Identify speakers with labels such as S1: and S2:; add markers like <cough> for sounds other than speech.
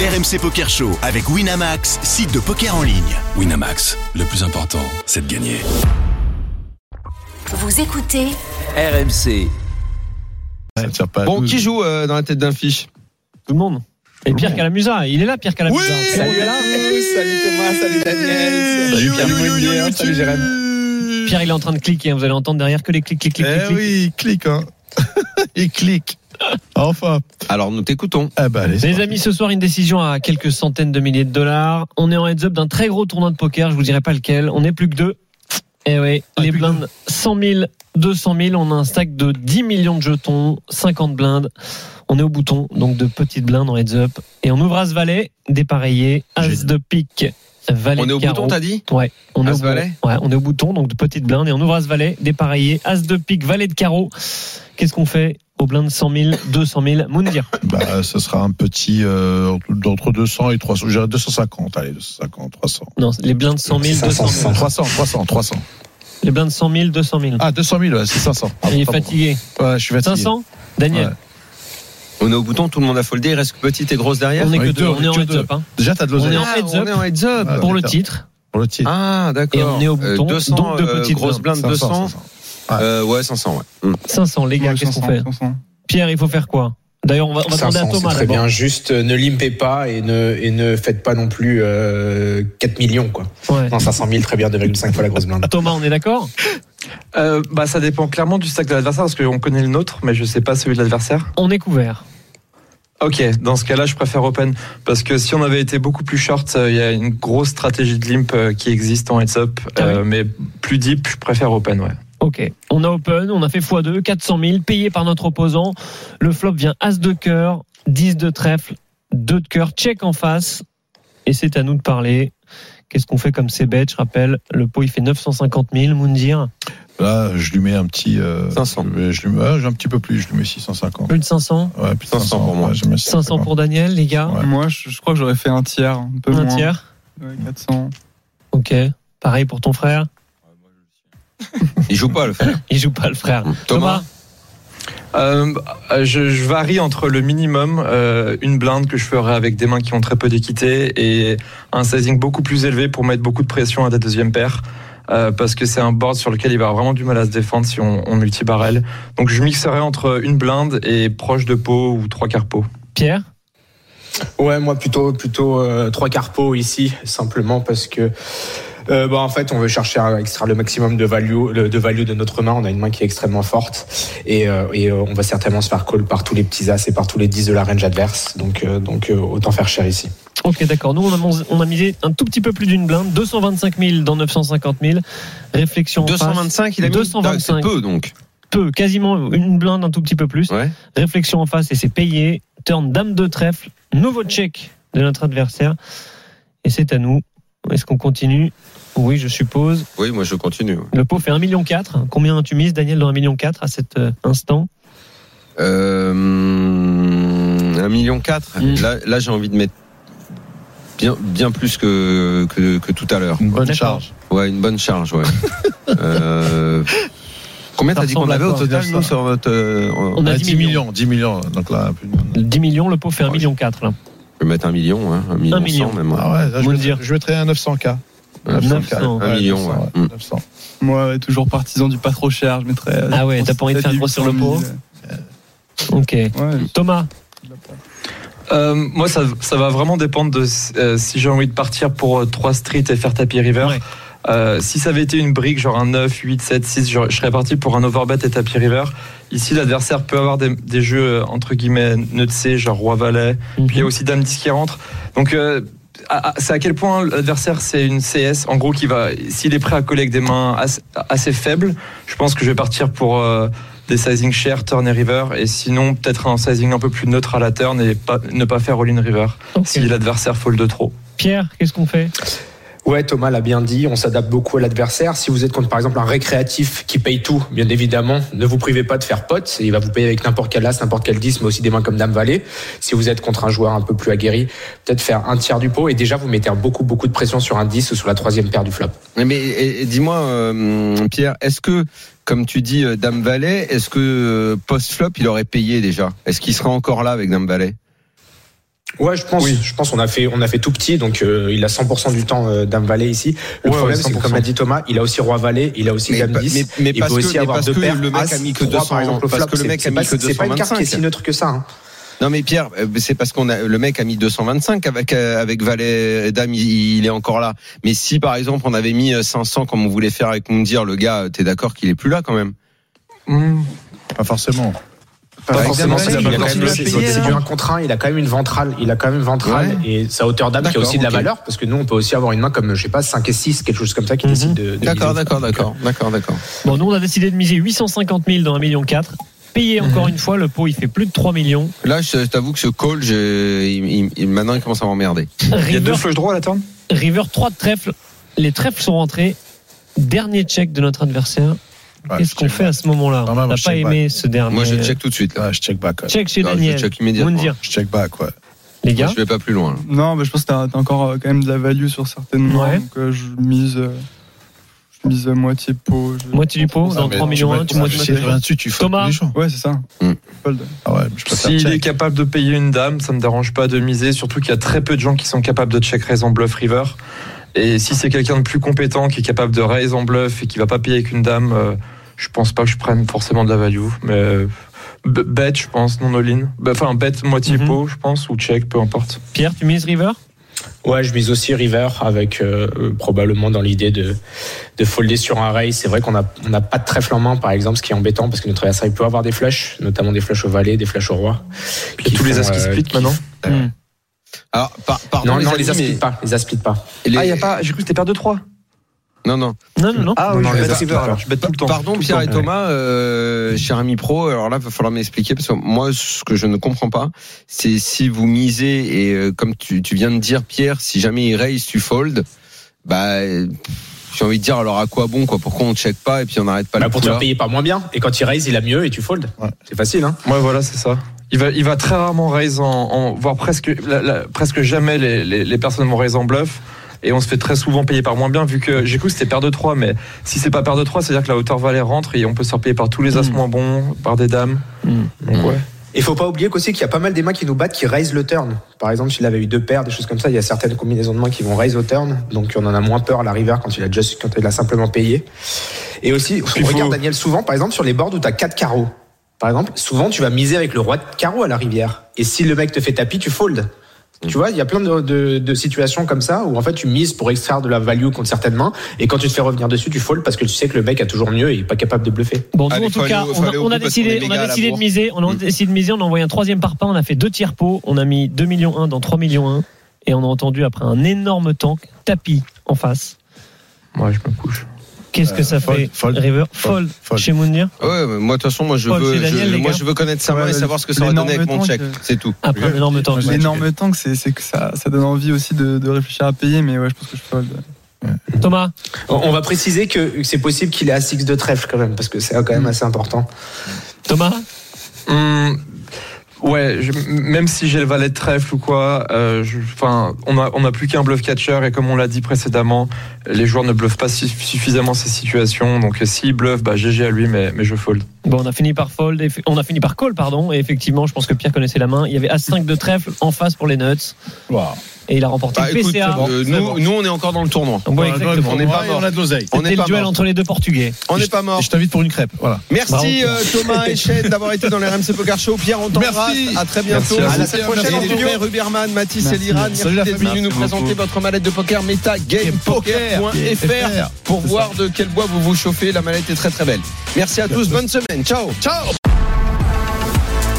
S1: RMC Poker Show avec Winamax, site de poker en ligne.
S2: Winamax, le plus important, c'est de gagner.
S3: Vous écoutez
S4: RMC.
S5: Ça tire pas à
S6: Bon,
S5: douze.
S6: qui joue euh, dans la tête d'un fiche
S7: Tout le monde. Et Pierre Calamusa, il est là, Pierre Calamusa.
S6: Salut Alain.
S8: Salut Thomas, salut Daniel.
S5: Salut
S8: Pierre Mounier, salut
S5: Jérém.
S7: Pierre, il est en train de cliquer. hein. Vous allez entendre derrière que les clics, clics, clics, clics.
S5: Eh
S7: clics.
S5: oui, il clique,
S6: <laughs>
S5: hein. il clique. Enfin.
S6: Alors, nous t'écoutons.
S5: Ah bah, allez.
S7: Les amis, ce soir, une décision à quelques centaines de milliers de dollars. On est en heads-up d'un très gros tournoi de poker. Je vous dirai pas lequel. On n'est plus que deux. Eh oui,
S6: Ah,
S7: les blindes 100 000, 200 000. On a un stack de 10 millions de jetons, 50 blindes. On est au bouton, donc de petites blindes en heads-up. Et on ouvre As-Valet, dépareillé, As
S5: Génial.
S7: de pique, Valet
S6: On est au
S7: carreau.
S6: bouton, t'as dit
S7: Ouais, on est,
S6: As
S7: au bouton,
S6: valet
S7: ouais, on est au bouton, donc de petites blindes. Et on ouvre As valet, dépareillé, As de pique, valet de carreau. Qu'est-ce qu'on fait aux blindes 100 000, 200 000 Moundir.
S5: Bah, ça sera un petit euh, entre 200 et 300. Je dirais 250. Allez, 250, 300.
S7: Non, les blindes 100 000, 200 000.
S5: 300, 300, 300.
S7: Les blindes 100 000, 200 000.
S5: Ah, 200 000, ouais, c'est 500. Pardon,
S7: Il est
S5: pardon.
S7: fatigué.
S5: Ouais, je suis Ah, fatigué.
S7: 500 Daniel,
S5: Ouais.
S6: On est au bouton, tout le monde a foldé. Il reste que petite et grosse derrière.
S7: on est
S5: Ouais,
S7: que
S5: deux,
S7: deux, on est en
S5: que
S7: heads
S5: deux.
S7: up. hein.
S5: Déjà, t'as de
S7: On est
S5: l'oseille
S7: en heads up.
S6: en heads up.
S5: Ah,
S7: pour le
S5: d'accord.
S7: titre.
S5: pour le titre.
S6: Ah, d'accord.
S7: Et on est au
S6: Euh,
S7: bouton,
S6: 200,
S7: donc de
S6: euh,
S7: petites
S6: grosses blindes,
S5: 500,
S6: 200.
S5: 500.
S6: Euh, ouais, 500, ouais. Mm.
S7: 500, les gars, qu'est-ce qu'on fait Pierre, il faut faire quoi D'ailleurs, on va, on va
S9: 500,
S7: demander à
S9: c'est
S7: Thomas
S9: très
S7: d'abord.
S9: bien. Juste, euh, ne limpez pas et ne, et ne faites pas non plus euh, 4 millions, quoi.
S7: Ouais.
S9: Non, 500 000, très bien, 2,5 fois la grosse blinde.
S7: Thomas, on est d'accord
S10: Euh, bah, ça dépend clairement du stack de l'adversaire parce qu'on connaît le nôtre, mais je sais pas celui de l'adversaire.
S7: On est couvert.
S10: Ok, dans ce cas-là, je préfère open parce que si on avait été beaucoup plus short, euh, il y a une grosse stratégie de limp euh, qui existe en heads up,
S7: Ah
S10: euh, mais plus deep, je préfère open. Ouais.
S7: Ok, on a open, on a fait x2, 400 000, payé par notre opposant. Le flop vient As de cœur, 10 de trèfle, 2 de cœur, check en face. Et c'est à nous de parler. Qu'est-ce qu'on fait comme c'est bête Je rappelle, le pot il fait 950 000, Moundir,
S5: Là, je lui mets un petit. euh,
S6: 500.
S5: Je lui mets ah, j'ai un petit peu plus, je lui mets 650.
S7: plus de 500.
S5: Ouais, puis
S6: 500 pour moi.
S5: ouais, je mets
S7: 500 pour Daniel, les gars,
S5: Ouais.
S8: Moi, je, je crois que j'aurais fait un tiers, un peu
S7: un
S8: moins.
S7: tiers.
S8: Ouais, 400.
S7: Ok, pareil pour ton frère.
S6: Il joue pas, le frère.
S7: Il joue pas le frère.
S6: Thomas,
S10: Euh, euh, je, je varie entre le minimum, euh, une blinde que je ferai avec des mains qui ont très peu d'équité, et un sizing beaucoup plus élevé pour mettre beaucoup de pression à la deuxième paire. euh, parce que c'est un board sur lequel il va avoir vraiment du mal à se défendre si on, on multibarrel. Donc je mixerai entre une blinde et proche de pot ou trois quarts pot.
S7: Pierre,
S9: <laughs> Ouais, moi plutôt plutôt euh, trois quarts pot ici, simplement parce que euh, bah, en fait on veut chercher à extraire le maximum de value le- de value de notre main. On a une main qui est extrêmement forte et, euh, et, euh, on va certainement se faire call par tous les petits as et par tous les 10 de la range adverse. Donc euh, donc euh, autant faire cher ici.
S7: Ok, d'accord. Nous, on a, mon- on a misé un tout petit peu plus d'une blinde, 225 000 dans 950 000. Réflexion en face.
S6: 225, il a mis. Ah, C'est
S7: 225.
S6: peu, donc.
S7: peu, quasiment une blinde, un tout petit peu plus.
S6: Ouais.
S7: Réflexion en face et c'est payé. Turn dame de trèfle, nouveau check de notre adversaire. Et c'est à nous. Est-ce qu'on continue Oui, je suppose.
S6: Oui, moi, je continue.
S7: Le pot fait 1,4 million. Combien tu mises, Daniel, dans 1,4 million à cet euh, instant
S6: Euh, 1,4 million.
S7: Mm.
S6: Là, là j'ai envie de mettre bien, bien plus que, que, que tout à l'heure.
S5: Une bonne
S7: D'accord.
S5: charge.
S6: Ouais, une bonne charge,
S7: <laughs>
S6: ouais. Euh, Combien
S7: Ça
S6: t'as dit qu'on
S7: ressemble à
S6: avait au
S7: quoi,
S6: total,
S5: Vincent
S6: nous, sur notre. euh,
S7: On a
S5: Ouais,
S7: 10
S5: 10 millions. 10 millions. Donc là, un peu-
S7: 10 millions, le pot fait 1,4 million. Là.
S6: Je vais mettre un million, hein, un million,
S7: Un million.
S6: cent, même.
S5: Ah ouais, là, je,
S7: Vous me
S5: mettrais,
S7: dire.
S5: je mettrais un 900K.
S7: 900.
S5: Ouais,
S6: Un million, ouais.
S5: 900,
S6: Mm.
S5: 900.
S8: Moi, ouais, toujours partisan du pas trop cher, je mettrais. euh,
S7: Ah ouais,
S8: je pense
S7: t'as pas envie de faire
S8: 7
S7: grossir le
S8: 800 000.
S7: Ok.
S8: Ouais,
S7: Thomas,
S8: je-
S10: Euh, moi, ça, ça va vraiment dépendre de euh, si j'ai envie de partir pour euh, trois streets et faire tapis river.
S7: Ouais.
S10: Euh, si ça avait été une brique, genre un 9, 8, 7, 6, je, je serais parti pour un overbet et tapis river. Ici, l'adversaire peut avoir des, des jeux euh, entre guillemets nutsés, genre roi-valet. Puis il y a aussi dame 10 qui rentre. Donc, euh, à- à- c'est à quel point l'adversaire c'est une CS en gros qui va s'il est prêt à coller avec des mains assez, assez faibles je pense que je vais partir pour euh, des sizing share turn et river et sinon peut-être un sizing un peu plus neutre à la turn et pas, ne pas faire all in river
S7: Ok.
S10: si l'adversaire fold de trop
S7: Pierre, qu'est-ce qu'on fait
S9: Ouais, Thomas l'a bien dit, on s'adapte beaucoup à l'adversaire. Si vous êtes contre, par exemple, un récréatif qui paye tout, bien évidemment, ne vous privez pas de faire pote. Il va vous payer avec n'importe quel as, n'importe quel 10, mais aussi des mains comme Dame Valet. Si vous êtes contre un joueur un peu plus aguerri, peut-être faire un tiers du pot et déjà vous mettez beaucoup, beaucoup de pression sur un 10 ou sur la troisième paire du flop.
S6: Mais, mais, et- et dis-moi, euh, Pierre, est-ce que, comme tu dis, euh, Dame Valet, est-ce que euh, post-flop, il aurait payé déjà Est-ce qu'il sera encore là avec Dame Valet
S9: Ouais, je pense. Je pense on a fait on a fait tout petit, donc euh, il a 100% du temps euh, Dame Valet ici. Le
S10: Ouais,
S9: problème,
S10: ouais,
S9: c'est que, comme
S10: 100%.
S9: a dit Thomas, il a aussi Roi Valet, il a aussi Dame
S6: pa-
S9: 10.
S6: mais
S9: il peut aussi
S6: mais
S9: avoir
S6: parce
S9: deux
S6: que
S9: paires.
S6: le mec
S9: As,
S6: a mis que
S9: trois,
S6: 200
S9: par exemple, au
S6: parce
S9: flop,
S6: que le
S9: c'est-
S6: mec a
S9: c'est
S6: mis que
S9: pas- C'est pas une carte qui est
S6: 225.
S9: si neutre que ça. hein.
S6: Non mais Pierre, euh, c'est parce qu'on a le mec a mis 225 avec euh, avec Valet et Dame, il, il est encore là. Mais si par exemple on avait mis euh, 500 comme on voulait faire avec Moundir, le gars, euh, t'es d'accord qu'il est plus là quand même
S5: Pas forcément.
S9: Pas
S10: Avec
S9: forcément,
S10: Dame
S9: c'est
S10: Valet,
S9: qu'il a
S10: il a
S9: quand même-
S10: continué à
S9: c'est-
S10: payer,
S9: c'est
S10: là.
S9: du 1 contre 1, il a quand même une ventrale, il a quand même une ventrale et sa hauteur d'âme qui a
S6: D'accord,
S9: aussi de la
S6: ok.
S9: valeur parce que nous on peut aussi avoir une main comme je sais pas 5 et 6, quelque chose comme ça qui
S7: Mhm.
S9: décide de de
S6: D'accord,
S9: miser.
S6: d'accord, d'accord, d'accord, d'accord.
S7: Bon, nous, on a décidé de miser 850 000 dans 1,4 million. Payé encore une fois, le pot, il fait plus de 3 millions.
S6: Là, je t'avoue que ce call, je, il- il- maintenant il commence à m'emmerder.
S10: Il y a deux
S7: River,
S10: flush droits à la turn
S7: River 3 de trèfle. Les trèfles sont rentrés. Dernier check de notre adversaire.
S5: Ouais,
S7: Qu'est-ce qu'on
S5: je check
S7: fait à ce moment-là
S5: Non,
S7: On
S5: moi,
S7: n'a
S5: je
S7: pas
S5: check
S7: aimé ce dernier.
S6: Moi, je check tout de suite. Là.
S5: Ouais, je check back. ouais.
S7: Check chez
S6: Non, je
S7: Daniel.
S6: check immédiatement.
S7: Moundir.
S5: Je check back, ouais.
S7: Les
S6: Moi,
S7: gars,
S6: je vais pas plus loin. là.
S8: Non, mais je pense que t'as t'as encore euh, quand même de la value sur certaines mains.
S7: Ouais.
S8: Donc euh, je mise, euh, je mise à moitié pot. je-
S7: moitié du pot, dans
S5: mais
S7: 3
S5: tu
S7: millions
S5: vas-
S7: 1, tu
S5: tu vas
S7: moitié
S5: essayer de
S7: moitié.
S5: rien dessus, tu fais
S7: Thomas.
S5: les gens.
S8: Ouais, c'est ça.
S6: Hmm.
S8: Fold.
S5: Ah ouais, mais je préfère
S10: S'il est
S5: check.
S10: capable de payer une dame, ça me dérange pas de miser, surtout qu'il y a très peu de gens qui sont capables de check raise en bluff river. Et si c'est quelqu'un de plus compétent qui est capable de raise en bluff et qui va pas payer avec une dame, euh, je pense pas que je prenne forcément de la value. Mais euh, b- bet, je pense, non all-in. Bah, Enfin, bet moitié
S7: Mhm.
S10: pot, je pense, ou check, peu importe.
S7: Pierre, tu mises River
S9: Ouais, je mise aussi River avec euh, euh, probablement dans l'idée de, de folder sur un rail. C'est vrai qu'on n'a on n'a pas de trèfle en main, par exemple, ce qui est embêtant parce que notre adversaire il peut avoir des flashs, notamment des flashs au valet, des flashs au roi. euh,
S10: Il y a tous les as qui split maintenant.
S7: Hmm.
S6: Alors, Ah, par- pardon.
S9: Non, non,
S6: amis,
S9: les as split
S6: mais
S9: pas. Les as split pas.
S6: les-
S10: Ah, il y a pas, j'ai cru que t'es paire de 3.
S6: Non, non.
S7: Non, non, non.
S10: Ah
S9: Non,
S10: oui,
S9: non,
S10: je
S9: les as
S10: bet river
S9: split pas.
S10: alors, je bet tout le temps.
S6: Pardon
S10: tout le
S6: Pierre
S10: temps.
S6: et Thomas, euh, cher ami pro, alors là, il va falloir m'expliquer parce que moi, ce que je ne comprends pas, c'est si vous misez et euh, comme tu, tu viens de dire Pierre, si jamais il raise, tu fold, bah, euh, j'ai envie de dire alors à quoi bon quoi Pourquoi on ne check pas et puis on n'arrête pas
S9: Bah,
S6: le
S9: pour
S6: coup
S9: te
S6: là
S9: faire payer par moins bien. Et quand il raise, il a mieux et tu fold.
S5: Ouais.
S9: C'est facile, hein.
S10: Ouais, voilà, c'est ça. Il va, il va très rarement raise en, en- voire presque, la- la- presque jamais les, les, les personnes vont raise en bluff. Et on se fait très souvent payer par moins bien, vu que j'ai cru que c'était paire de 3, mais si c'est pas paire de 3, c'est-à-dire que la hauteur valet rentre et on peut se faire payer par tous les as
S7: Mm.
S10: moins bons, par des dames.
S7: Mm.
S10: Donc, ouais.
S9: Et faut pas oublier qu'aussi qu'il y a pas mal des mains qui nous battent qui raise le turn. Par exemple, s'il avait eu deux paires, des choses comme ça, il y a certaines combinaisons de mains qui vont raise au turn. Donc on en a moins peur à la river quand il a juste quand il a simplement payé. Et aussi, on
S10: Il faut-
S9: regarde Daniel souvent, par exemple, sur les boards où t'as quatre carreaux. Par exemple, souvent tu vas miser avec le roi de carreau à la rivière. Et si le mec te fait tapis, tu fold.
S10: Mm.
S9: Tu vois, il y a plein de, de- de situations comme ça où en fait tu mises pour extraire de la value contre certaines mains et quand tu te fais revenir dessus, tu fold parce que tu sais que le mec a toujours mieux et il est pas capable de bluffer.
S7: Bon, nous,
S6: Allez,
S7: en tout
S6: faut
S7: cas,
S6: aller au- faut
S7: on a,
S6: aller au
S7: on a
S6: bout parce qu'on
S7: décidé,
S6: est
S7: on a
S6: légal à
S7: décidé de
S6: la Hmm.
S7: miser, on a décidé de miser, on a envoyé un troisième par pain, on a fait deux tiers pots, on a mis 2 millions 1 dans 3 millions 1, et on a entendu après un énorme tank, tapis en face.
S10: Ouais, je me couche.
S7: Qu'est-ce que
S5: Euh,
S7: ça
S5: fold,
S7: fait
S5: fold,
S7: River
S5: fold,
S7: fold,
S5: fold.
S7: chez Mounir
S6: Ouais, mais moi de toute façon, moi je
S7: Paul,
S6: veux,
S7: c'est Daniel,
S6: je,
S7: les
S6: moi
S7: gars.
S6: je veux connaître sa main
S8: Ouais,
S6: et
S8: le-
S6: savoir ce que ça aurait
S8: l'énorme
S6: donné avec mon
S8: temps
S6: check,
S8: que-
S6: c'est tout.
S7: après un énorme tank.
S8: L'énorme tank, c'est c'est que ça, ça donne envie aussi de, de réfléchir à payer, mais ouais, je pense que je fold.
S7: Thomas,
S9: On- On va préciser que c'est possible qu'il ait As-X de trèfle quand même, parce que c'est quand même assez important.
S7: Thomas,
S10: Hum, ouais, je- même si j'ai le valet de trèfle ou quoi, euh, je- enfin, on a on a plus qu'un bluff catcher et comme on l'a dit précédemment, les joueurs ne bluffent pas su- suffisamment ces situations. Donc euh, s'ils bluffent, bah GG à lui, mais, mais je fold.
S7: bon, on a fini par fold, et- on a fini par call, pardon, et effectivement, je pense que Pierre connaissait la main. Il y avait As5 de trèfle en face pour les nuts,
S5: Waouh.
S7: et il a remporté
S6: Bah,
S7: le
S6: écoute,
S7: PCA.
S6: euh, nous, nous, on est encore dans le tournoi.
S7: Donc, bon, exactement.
S5: On est pas mort. On a de l'oseille.
S6: On
S7: C'était
S6: n'est
S7: le
S6: pas
S7: duel
S6: mort.
S7: entre les deux Portugais.
S6: On n'est pas mort.
S5: Je t'invite pour une crêpe. Voilà.
S6: Merci euh, Thomas et Shane d'avoir été dans le RMC Poker Show. Pierre, on t'embrasse.
S5: Merci.
S6: À très bientôt.
S5: Merci à
S6: à la
S5: vous.
S6: semaine prochaine.
S5: Merci.
S6: en studio. Ruberman, Mathis et
S8: Merci.
S6: Liran. Merci,
S5: Salut la
S6: d'être
S5: famille.
S6: venus nous
S8: Merci
S6: présenter
S8: beaucoup.
S6: votre mallette de poker metagamepoker.fr pour
S5: C'est
S6: voir de quel bois vous vous chauffez. La mallette est très très belle. Merci à tous. Bonne semaine. Ciao. Ciao.